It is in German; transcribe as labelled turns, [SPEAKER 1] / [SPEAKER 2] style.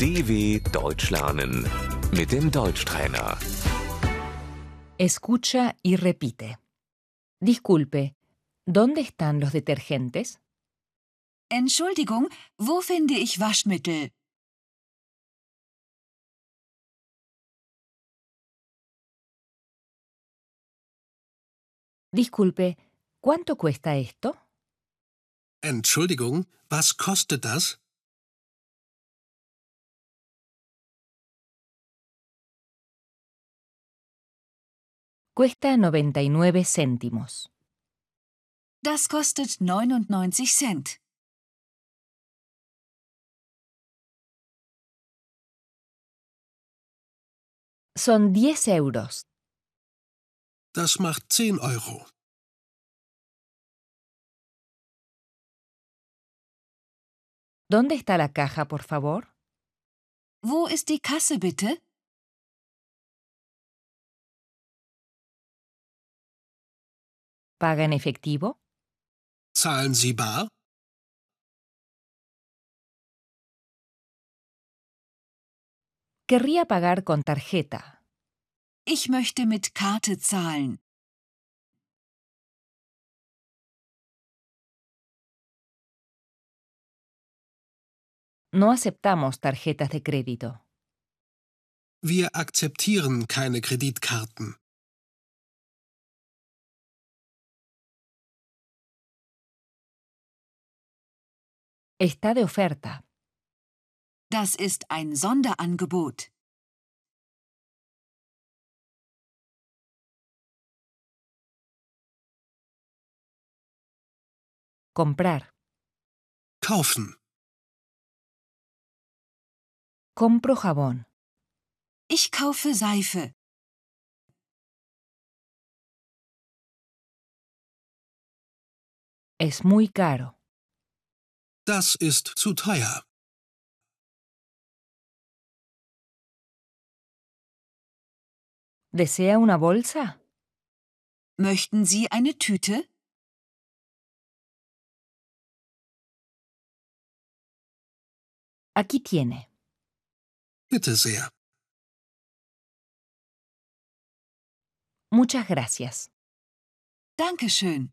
[SPEAKER 1] DW Deutsch lernen mit dem Deutschtrainer.
[SPEAKER 2] Escucha y repite. Disculpe, ¿dónde están los detergentes?
[SPEAKER 3] Entschuldigung, wo finde ich Waschmittel?
[SPEAKER 2] Disculpe, ¿cuánto cuesta esto?
[SPEAKER 4] Entschuldigung, was kostet das?
[SPEAKER 2] Cuesta 99 céntimos.
[SPEAKER 3] Das kostet 99 Cent.
[SPEAKER 2] Son 10 euros.
[SPEAKER 4] Das macht 10 Euro.
[SPEAKER 2] ¿Dónde está la caja, por favor?
[SPEAKER 3] Wo ist die Kasse bitte?
[SPEAKER 2] ¿Paga en efectivo?
[SPEAKER 4] Zahlen Sie bar?
[SPEAKER 2] Querría pagar con tarjeta.
[SPEAKER 3] Ich möchte mit Karte zahlen.
[SPEAKER 2] No aceptamos tarjetas de crédito.
[SPEAKER 4] Wir akzeptieren keine Kreditkarten.
[SPEAKER 2] Está de oferta.
[SPEAKER 3] Das ist ein Sonderangebot.
[SPEAKER 2] Comprar.
[SPEAKER 4] Kaufen.
[SPEAKER 2] Compro jabón.
[SPEAKER 3] Ich kaufe Seife.
[SPEAKER 2] Es muy caro.
[SPEAKER 4] Das ist zu teuer.
[SPEAKER 2] ¿Desea una bolsa?
[SPEAKER 3] Möchten Sie eine Tüte?
[SPEAKER 2] Aquí tiene.
[SPEAKER 4] Bitte sehr.
[SPEAKER 2] Muchas gracias.
[SPEAKER 3] Dankeschön.